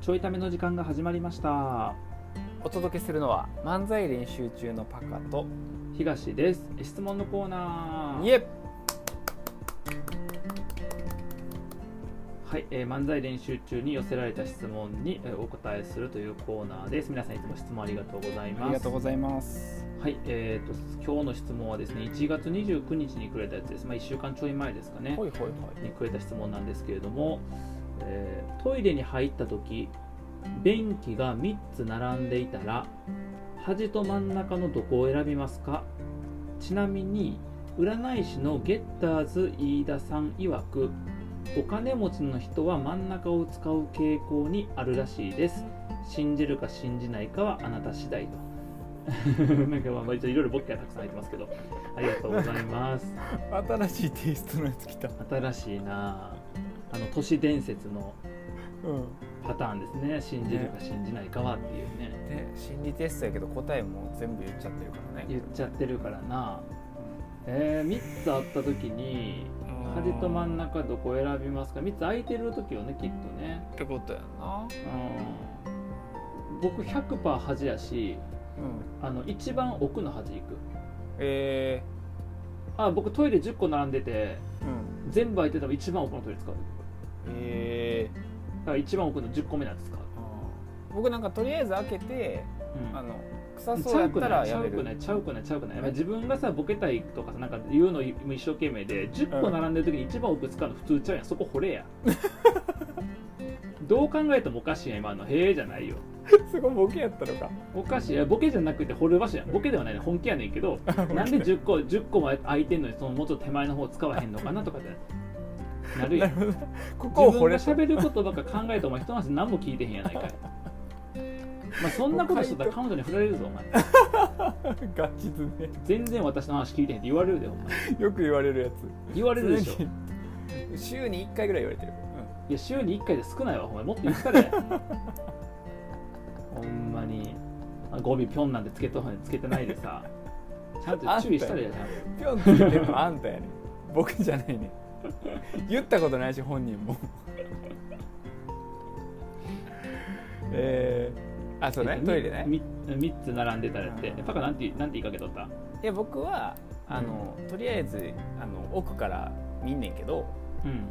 ちょいための時間が始まりましたお届けするのは漫才練習中のパカと東です質問のコーナーイエはい、えー漫才練習中に寄せられた質問に、えーお答えするというコーナーです皆さんいつも質問ありがとうございありまがすとうございますはいえー、と今日の質問はですね1月29日にくれたやつですまあ1週間ちょい前ですかねほいほいほいにくれた質問なんですけれども、えートイレに入った時便器が3つ並んでいたら端と真ん中のどこを選びますかちなみに占い師のゲッターズ飯田さん曰くお金持ちの人は真ん中を使う傾向にあるらしいです信じるか信じないかはあなた次第と なんかまあまあ一応いろいろボケがたくさん入ってますけどありがとうございます新しいテイストのやつ来た新しいなああの都市伝説のうんパターンですね信じるか信じないかはっていうねで心理テストやけど答えも全部言っちゃってるからね言っちゃってるからなえー、3つあった時に端と真ん中中どこ選びますか3つ空いてる時よねきっとねってことやなうん僕100%端やしうんあの一番奥の端行くえあ僕トイレ10個並んでてー、うん全部空いてたら一番奥のトイレ使うえーだから一番奥の10個目なんですか僕なんかとりあえず開けてうんあの臭ちそうゃやうっくたならいちやゃめうくるないちゃうくないちゃうくないやっぱ自分がさボケたいとかさなんか言うのも一生懸命で10個並んでる時に一番奥使うの普通ちゃうやんそこ掘 れやどう考えてもおかしいやん今の「へえ」じゃないよ すごいボケやったのかおかしいいやボケじゃなくて掘る場所やんボケではないね本気やねんけ どなんで10個10個も空いてんのにそのもうちょっと手前の方使わへんのかなとかってなるやなんるほどここを自掘分れが喋ることばっか考えてお前人の話何も聞いてへんやないかいまあそんなことしとったら彼女に振られるぞお前ガチズね全然私の話聞いてへんって言われるでお前よく言われるやつ言われるでしょ常に週に1回ぐらい言われてる、いや週に1回で少ないわお前もっと言ったでほんまにあ語尾ぴょんなんてつけとはんつけてないでさちゃんと注意したらやじゃんうん、ピョンって言ってるのあんたやね僕じゃないね言ったことないし本人もえー、あそうねトイレね3つ並んでたらやってうんえパカなんてなんて言いかけとったいや僕はあの、とりあえずあの奥から見んねんけどうん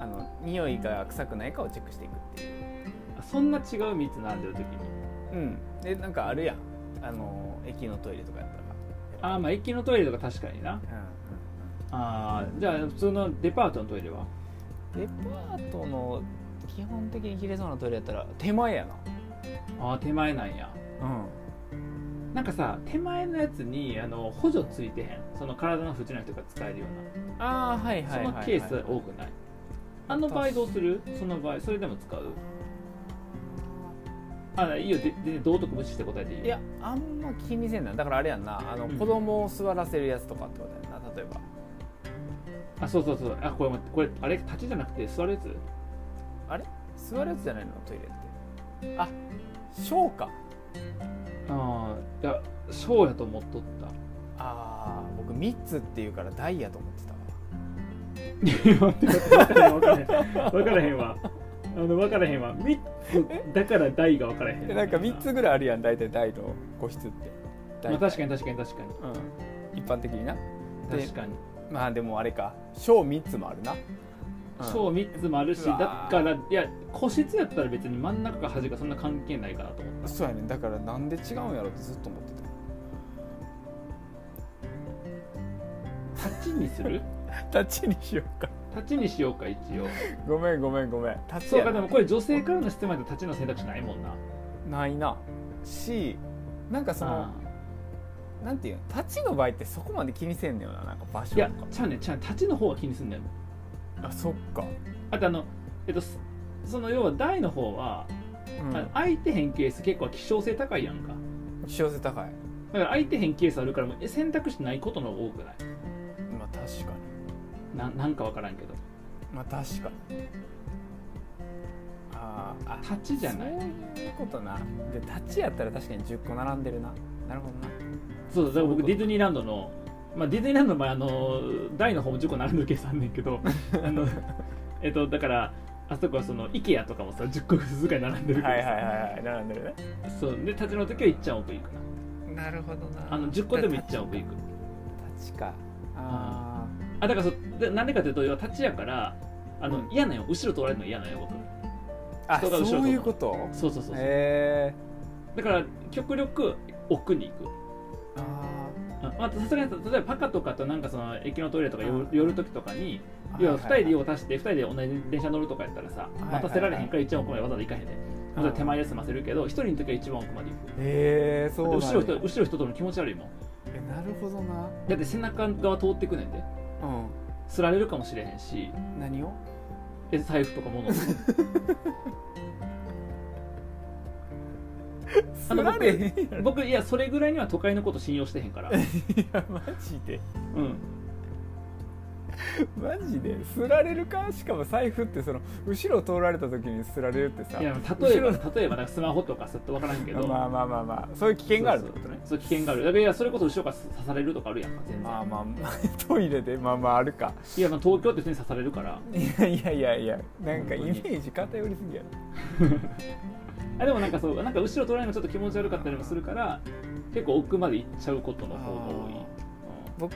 あの匂いが臭くないかをチェックしていくっていうあそんな違う3つ並んでる時にうんでなんかあるやんあの駅のトイレとかやったらああまあ駅のトイレとか確かになああじゃあ普通のデパートのトイレはデパートの基本的に切れそうなトイレやったら手前やああ手前なんやななんかさ手前のやつにあの補助ついてへんその体の不自由な人が使えるようなうんああはいそはいはい、のはい、ケース多くないあの場合どうするその場合それでも使うあいいよでで道徳無視して答えていいよいやあんま気にせんなだからあれやんなあのうん子供を座らせるやつとかってことやんな例えばあそうそうそうあこれ待ってこれあれ立ちじゃなくて座るやつ座るやつじゃないのトイレってあ小かああいやそうやと思っとっあー僕3つっていうからダイヤと思ってたわた待って 待って分からへん分からへんわあの分からへんわ3つだから大が分からへんえなんか3つぐらいあるやん大体大の個室ってまあ、確かに、に確かに確かにうん、一般的になで確かにまあでもあれか小3つもあるな、小3つもあるしうわだーからいや個室やったら別に真ん中か端かそんな関係ないかなと思ったそうやねんだからなんで違うんやろってずっと思って立ちにす るた立ちにしようか立ちにしようか一応ごめんごめんごめん立ちそうやかでなもこれ女性からの質問やと立ちの選択肢ないもんなないなしなんかそのなんていうの立ちの場合ってそこまで気にせんねよななんか場所いやとかちゃうねんちゃうねん立ちの方は気にすんだよあそっか、あとあのえっとすその要は台の方は、うんあの空いてへんケース結構希少性高いやんか希少性高いだから空いてへんケースあるからもうえ選択肢ないことの方が多くないまあ確かにななんかわからんけどまあ確かにあーあ立ちじゃないそういうことなで立ちやったら確かに10個並んでるななるほどそうだからそういうこ僕とディズニーランドの、まあ、ディズニーランドの前あの台の方も10個並んでるケースあんねんけどあのえっとだからああそこはその IKEA とかもさ10個ずつぐらい並ん でるけどさ、はいはいはいはい並んでるねそうで立ちの時は1ちゃんオープン行くななるほどなあの10個でも1ちゃんオープン行く立ちかああだからそうでなんでかというと要は立ちやからあの、うん嫌なんよ後ろ取られるの嫌なんよ僕ーあ人が後ろそういうことそうそうそうそう、へえだから極力奥に行くー、ああまあさすがに例えばパカとかとなんかその駅のトイレとかう寄ん寄る時とかにー要は2人で用うを足して2人で同じ電車乗るとかやったらさいはいはい待たせられへんから一番奥までわざわざ行かへんでまた手前で済ませるけど1人の時は一番奥まで行くへえー、そうだなっんてや後ろ人後ろ人との気持ち悪いもんえなるほどなだって背中側通ってくねんでうすられるかもしれへんしん何をえ財布とか物 あの僕すられへんやろ僕いやそれぐらいには都会のこと信用してへんからいやマジでうんマジですられるかしかも財布ってその後ろ通られた時にすられるってさいや例えば後例えばなんかスマホとかさっと分からんけどまあまあまあまあそういう危険があるってことねそうそうそう危険があるだからいやそれこそ後ろから刺されるとかあるやんか全然まあまあまあ トイレでまあまああるかいやまあ東京って普通に刺されるからいやいやいやいやなんかイ本メ当にージ偏りすぎやろあでもなんかそうなんか後ろ取られるのちょっと気持ち悪かったりもするから結構奥まで行っちゃうことの方が多い、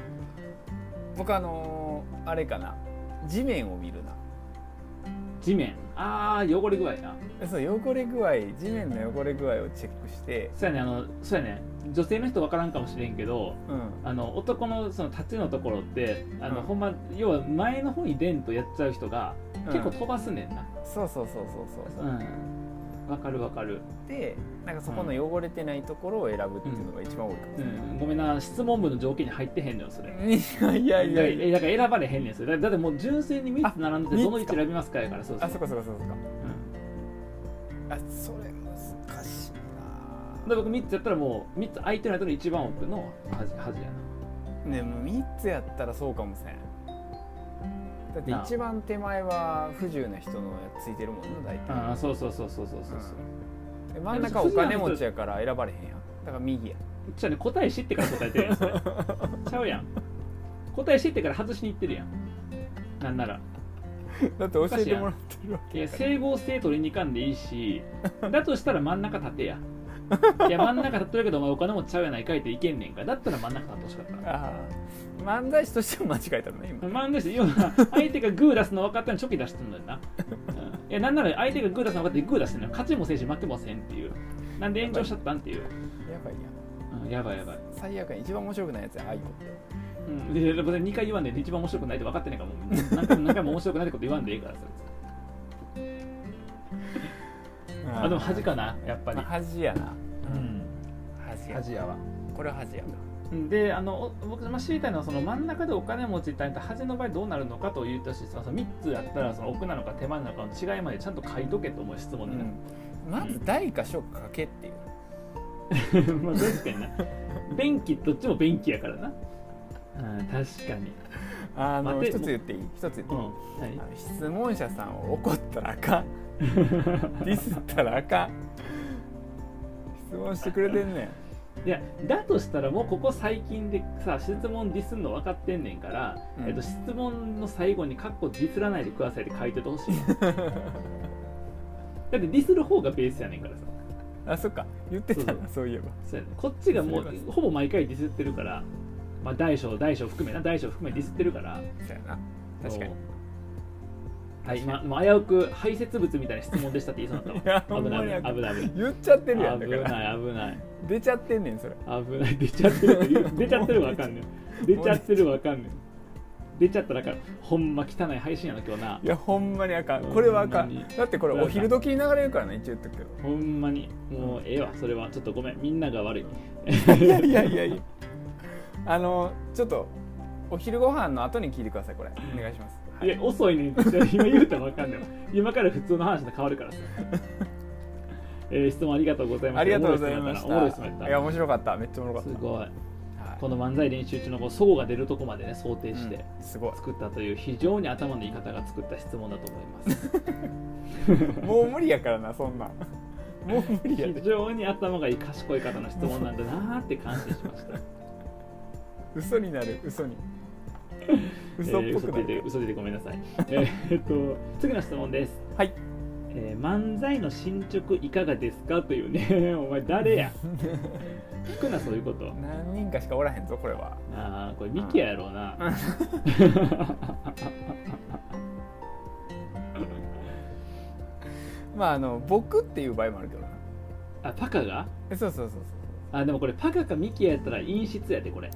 僕あのーあれかな地面を見るなうん地面ああ汚れ具合なえそう汚れ具合地面の汚れ具合をチェックしてそうやねあのそうやね女性の人分からんかもしれんけどうんあの男のその立ちのところってあの、うんほんま要は前の方に出んとやっちゃう人が結構飛ばすねんなそうそうそうそうそううそうんわかるわかる、でなんかそこの汚れてないところを選ぶっていうのが一番多いかもうしれない、ん、ごめんな質問部の条件に入ってへんのよそれいやいやいやいやえだから選ばれへんねんそれだだってもう純粋に3つ並んでてあどの位置選びますかやからそうそあうそっかそっかそっかそっかうんあそれ難しいだから僕3つやったらもう3つ空いてないとの一番奥の端端やななでも3つやったらそうかもせんだってなあ一番手前は不自由な人のやつついてるもんな大体ああそうそうそうそうそうそうそうで真ん中はお金持ちやから選ばれへんやんだから右やじゃあね答え知ってから答えてるや んそれちゃうやん答え知ってから外しに行ってるやんなんならだって教えてもらってるわいけややから整合性取りに行かんでいいしだとしたら真ん中立てやいや真ん中立ってるけどお前お金もちゃうやないかいっていけんねんからだったら真ん中立ってほしかったあー漫才師としても間違えたのね今漫才師要は相手がグー出すの分かったのにチョキ出してんだよな、うん、いやなんなら相手がグー出すの分かってグー出してんのよ勝ちもせんし負けもせんっていうなんで炎上しちゃったんっていう、やばいやんうん、やばいやばい、最悪やん一番面白くないやつやあいこってうん、で別に2回言わんで、一番面白くないって分かってないからもう何回も何回も面白くないってこと言わんでいいからさあでも恥かなやっぱりまあ、恥やなうん、恥恥やわこれは恥やうんであのお僕、まあ、知りたいのはその真ん中でお金持ちって端の場合どうなるのかと言ったしそのその3つやったらその奥なのか手前なのかの違いまでちゃんと書いとけと思う質問になるうんまず大か小かかけっていう まあ確かにな便器どっちも便器やからなうん確かにあの待て一つ言っていい一つ言ってういい、ん何あの質問者さんを怒ったらあかん ディスったらあかん質問してくれてんねんいやだとしたらもうここ最近でさ質問ディスんの分かってんねんから、うんえっと、質問の最後に「カッコディスらないでください」って書いててほ しいねんだってディスる方がベースやねんからさあそっか言ってたなそういえばそうやねこっちがもそういうこうほぼ毎回ディスってるから、まあ、大小大小含めな大小含めディスってるからそうやな確かそにうはい、ま、もう危うく排泄物みたいな質問でしたって言いそうになっいやたわ危ないほんまに危ない危ない言っちゃって危るやんだからない危ない出ちゃってんねんそれ危ない出ちゃってるって言う出ちゃってるわかんねん出ちゃってるわかんねん出ちゃったらあかんほんま汚い配信やな今日ないやほんまにあかんこれはあかほんまんにだってこれお昼時に流れるからね一応言っとくけどほんまにもうええわそれはちょっとごめんみんなが悪い いやいやいやいやあのちょっとお昼ご飯の後に聞いてくださいこれお願いします、はいいや遅いねん今言うたらわかんないわ今から普通の話と変わるからさえー質問ありがとうございましたありがとうございましおもろい質問やったたいや面白かっためっちゃおもろかすったごいはいこの漫才練習中のこう齟齬が出るとこまでね想定してうんすごい作ったという非常に頭のいい方が作った質問だと思いますもう無理やからなそんなんもう無理や非で常に頭がいい賢い方の質問なんだなーって感心しま した嘘になる嘘にえ嘘っーぽ嘘くつないる、て嘘ついてごめんなさいえーえっと次の質問ですはいえー漫才の進捗いかがですかというね お前誰や聞くなそういうこと 何人かしかおらへんぞこれはああこれミキやろうなまああの僕っていう場合もあるけどな あパカがえそうそうそうあでもこれパカかミキやったら陰湿やで これ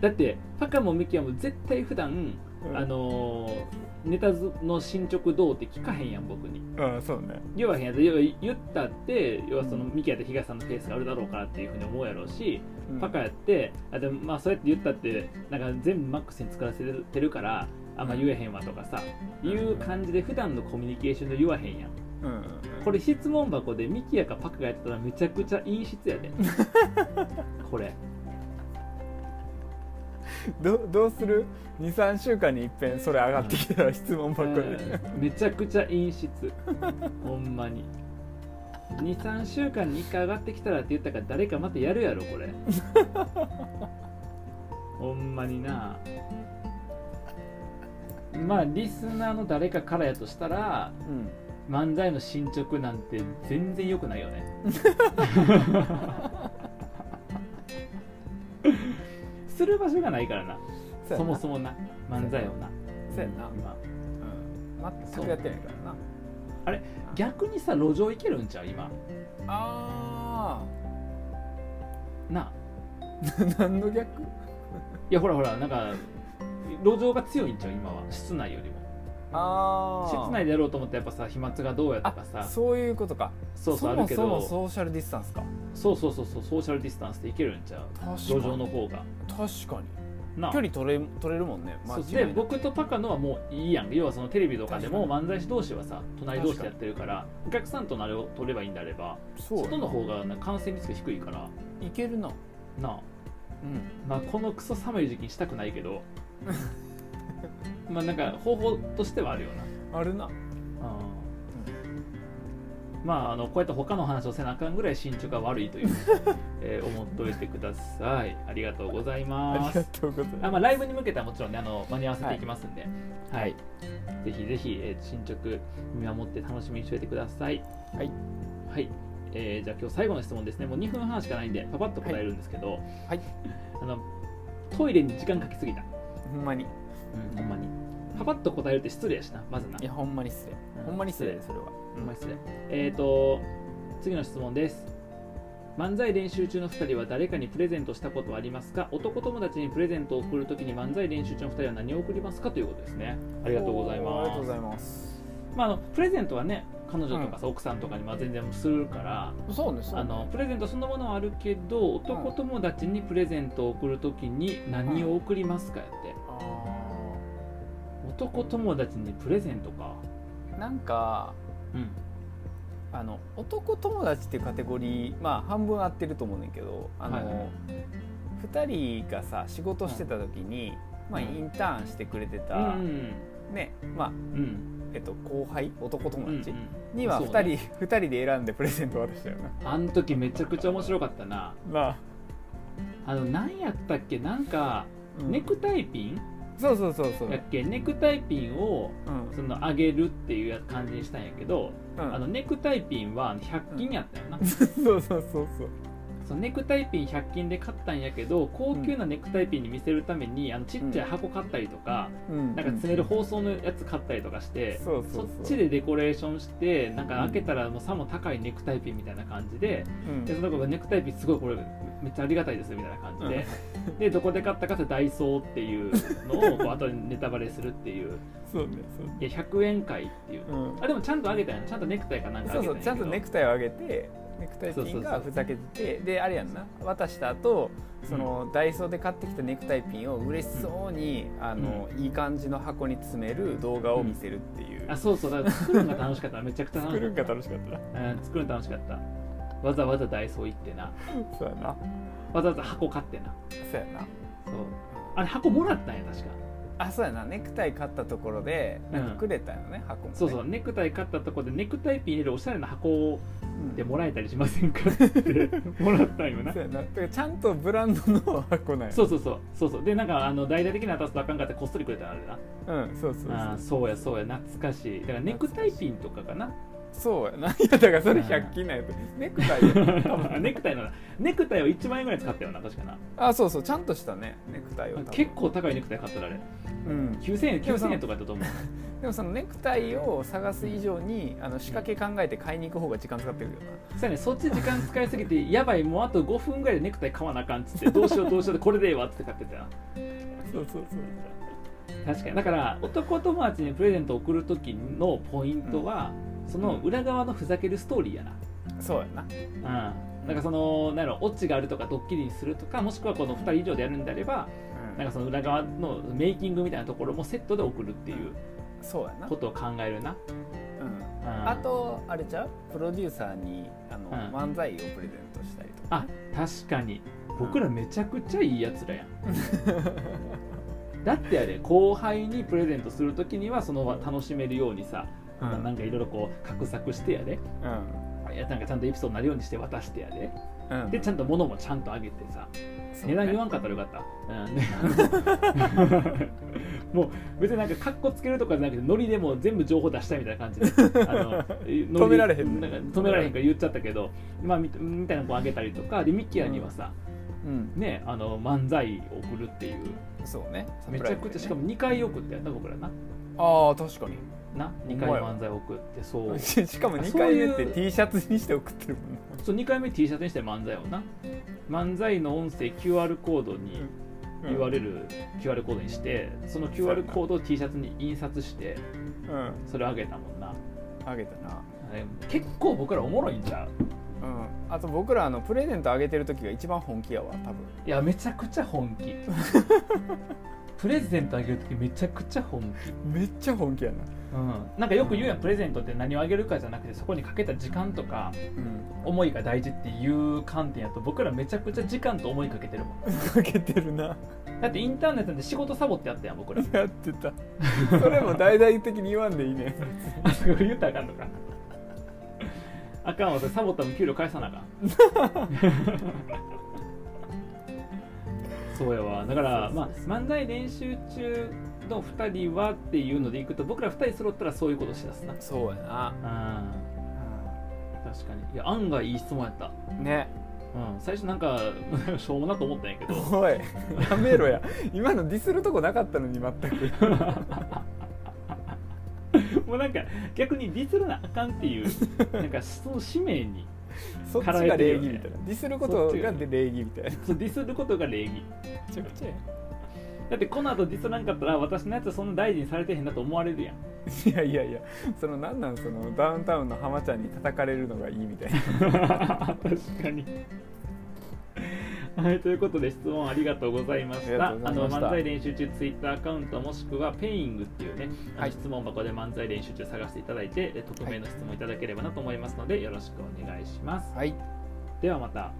だってパカもミキやも絶対普段、そうあのーネタの進捗どうって聞かへんやん僕にうんうんそうね言わへんやつ要は言ったって要はそのうんミキやったら東さんのペースがあるだろうからっていうふうに思うやろうし、うんパカやってあでもまあそうやって言ったってなんか全部マックスに作らせてるからあんま言えへんわとかさ、うんいう感じで普段のコミュニケーションで言わへんやんうんうんうんこれ質問箱でミキヤかパクがやってたらめちゃくちゃ陰湿や でこれどどうする23週間に一遍それ上がってきたら質問ばっかりうんめちゃくちゃ陰湿 ほんまに23週間に1回上がってきたらって言ったから誰かまたやるやろこ れほんまになまあリスナーの誰かからやとしたらうん漫才の進捗なんて全然良くないよ ねする場所がないからなうやなそもそもな漫才をなそうやな今うん全くやってないからな逆にさ路上行けるんちゃう今あなー 何の逆いやほらほらなんか路上が強いんちゃう今は室内よりもああ室内でやろうと思ってやっぱさ飛沫がどうやとかあさそういうことかそうそうあるもけそもどソーシャルディスタンスかそうそうそうそうソーシャルディスタンスで行けるんちゃう確かに路上の方が確かにな距離取れ取れるもんねそう間違いでない僕とパカのはもういいやん要はそのテレビとかでも確か漫才師同士はさ隣同士でやってるからお客さんとなれを取ればいいんであればそう外の方がな感染率が低いからいけるなうなあ、んまあ、このクソ寒い時期にしたくないけ どまあなんか方法としてはあるよなあるなまああのこうやって他の話をせなあかんぐらい進捗が悪いと いう、えー思っといてくださいありがとうございあまりがすとうございあままあ、ライブに向けてはもちろんねあの間に合わせていきますんで、はいぜひぜひ、えー進捗見守って楽しみにしておいてください。はい、はいえーじゃあ今日最後の質問ですねもう2分半しかないんでパパッと答えるんですけど、はいあのトイレに時間かけすぎた、すほんまにうん、ほんまにパパッと答えるって失礼やしなまずないやほんまに失礼ほんまに失礼それはほんまに失礼えっ、と次の質問です漫才練習中の2人は誰かにプレゼントしたことはありますか男友達にプレゼントを贈るときに漫才練習中の2人は何を贈りますかということですねありがとうございおーあまりがとうごすざいますまああのプレゼントはね彼女とかさ、奥さんとかにまあ全然するからそうねそうねあのプレゼントそのものはあるけど男友達にプレゼントを贈るときに何を贈りますかやってあ男友達にプレゼントかーなんかうんあの男友達っていうカテゴリーまあ半分合ってると思うねんけどあの、はいはい2人がさ仕事してた時に、まあ、うんインターンしてくれてた、うんねまあうんうんえっと、後輩う男ん友達、うんにはそう2ね人,、二人で選んでプレゼント渡したよなあの時めちゃくちゃ面白かったな まあの何やったっけなんかあ、ネクタイピそうそうそうそうンやっけネクタイピンをうんそのあげるっていうや感じにしたんやけど、うんあのネクタイピンは100均やったよな、 そうそうそうそうそのネクタイピン100均で買ったんやけど高級なネクタイピンに見せるためにあのちっちゃい箱買ったりとか、うなんんか詰める包装のやつ買ったりとかして、そうそそうっそうちでデコレーションしてなんか開けたらもうさも高いネクタイピンみたいな感じで、うんでその子がネクタイピンすごいこれめっちゃありがたいですみたいな感じで、でどこで買ったかってダイソーっていうのをこう後でネタバレするっていうそうねそうねいや100円会っていう、うんあでもちゃんとあげたんやちゃんとネクタイかなんかあそうげたそんうやちゃんとネクタイを上げてネクタイそうピそンうそうがふざけててであれやんな渡した後その、ダイソーで買ってきたネクタイピンを嬉しそうに、あのいい感じの箱に詰める動画を見せるっていう、あそうそうだから作るのが楽しかっためちゃくちゃ楽作しかるっんが楽しかったなた、うん、作るの楽しかったわざわざダイソー行ってなそうやなわざわざ箱買ってなそうやなそうあれ箱もらったんや確かあそうやなネクタイ買ったところでなんかくれたよね、箱も、ね、そうそう、ネクタイ買ったとこでネクタイピン入れるおしゃれな箱でもらえたりしませんかって もらったんよなそうやなだからちゃんとブランドの箱なんやそうそうそうそうそうでなんかあの大々的に渡すとあかんかってこっそりくれたのあれなうんそうそうあーそうそうやそうや懐かしいだからネクタイピンとかかなそうやないやだからそれ100均なんやとネクタイや多分ネクタイのなネクタイを1万円ぐらい使ったよな確かなあそうそうちゃんとしたねネクタイを多分結構高いネクタイ買ったらあれうん9000円でもそ9000の円とかやったと思うでもそのネクタイを探す以上にあの仕掛け考えて買いに行く方が時間使ってるよそうやねそっち時間使いすぎてやばいもうあと5分ぐらいでネクタイ買わなあかんっつってどうしようどうしようでこれでええわっつって買ってたよなそうそうそう確かにだから男友達にプレゼント送る時のポイントは、その裏側のふざけるストーリーやなそうやなうんなんかそのなんやろオチがあるとかドッキリにするとかもしくはこの2人以上でやるんであればなんかその裏側のメイキングみたいなところもセットで送るっていうそうやな、ことを考えるな、うん、うん、あとあれちゃうプロデューサーにあの、うん漫才をプレゼントしたりとかあ確かに僕らめちゃくちゃいいやつら やんだってあれ後輩にプレゼントする時にはその場楽しめるようにさ、うんまあなんかいろいろこう画策してやでいやなんかちゃんとエピソードになるようにして渡してやでうん、うん、でちゃんと物もちゃんとあげてさそうね値段言わんかったらよかった、うんで あのもう別になんかカッコつけるとかじゃなくてノリでもう全部情報出したいみたいな感じであ の止められへんね止められへんから言っちゃったけど、まあ、みみたいな子あげたりとかでミキアにはさ、うんねあの漫才を送るっていうそうねめちゃくちゃしかも2回送ってやった僕らなああ確かになほん2ま回や漫才送ってそう しかもあ2そう回いう目って T シャツにして送ってるもんねそう2回目 T シャツにして漫才をな漫才の音声 QR コードに URL、QR コードにしてその QR コードを T シャツに印刷してうんそれあげたもんなあげたなあれ結構僕らおもろいんちゃううんあと僕らあのプレゼントあげてる時が一番本気やわ多分いやめちゃくちゃ本 気プレゼントあげる時めちゃくちゃ本気、めっちゃ本気やなうん、なんかよく言うやんプレゼントって何をあげるかじゃなくてそこにかけた時間とかうん思いが大事っていう観点やと僕らめちゃくちゃ時間と思いかけてるもんかけてるな だってインターネットで仕事サボってやったやん僕らやってたそれも大々的に言わんでいいねあそこ言ったらあかんのかあかんわそれサボった分給料返さなあかん そうやわだからまあ漫才練習中の2人はっていうのでいくと僕ら2人揃ったらそういうことしだすなそうやなあ確かにいや案外いい質問やった、ねうん、最初なんか しょうもなと思ったんや けどおいやめろや今のディスるとこなかったのに全く もうなんか逆にディスらなあかんっていうなんかその使命にそっちが礼儀みたいなディスることが礼儀みたいなそうディスることが礼儀めちゃくちゃやだってこの後ディスらんかったら私のやつはそんな大事にされてへんなと思われる やんいやいやいやそのなんなんそのダウンタウンの浜ちゃんに叩かれるのがいいみたいな確かにはいということで質問ありがとうございましありたがとうございましたの漫才練習中ツイッターアカウントもしくはペイングっていうね、あのはい質問箱で漫才練習中探していただいてえ匿名の質問いただければなと思いますので、よろしくお願いしますはいではまた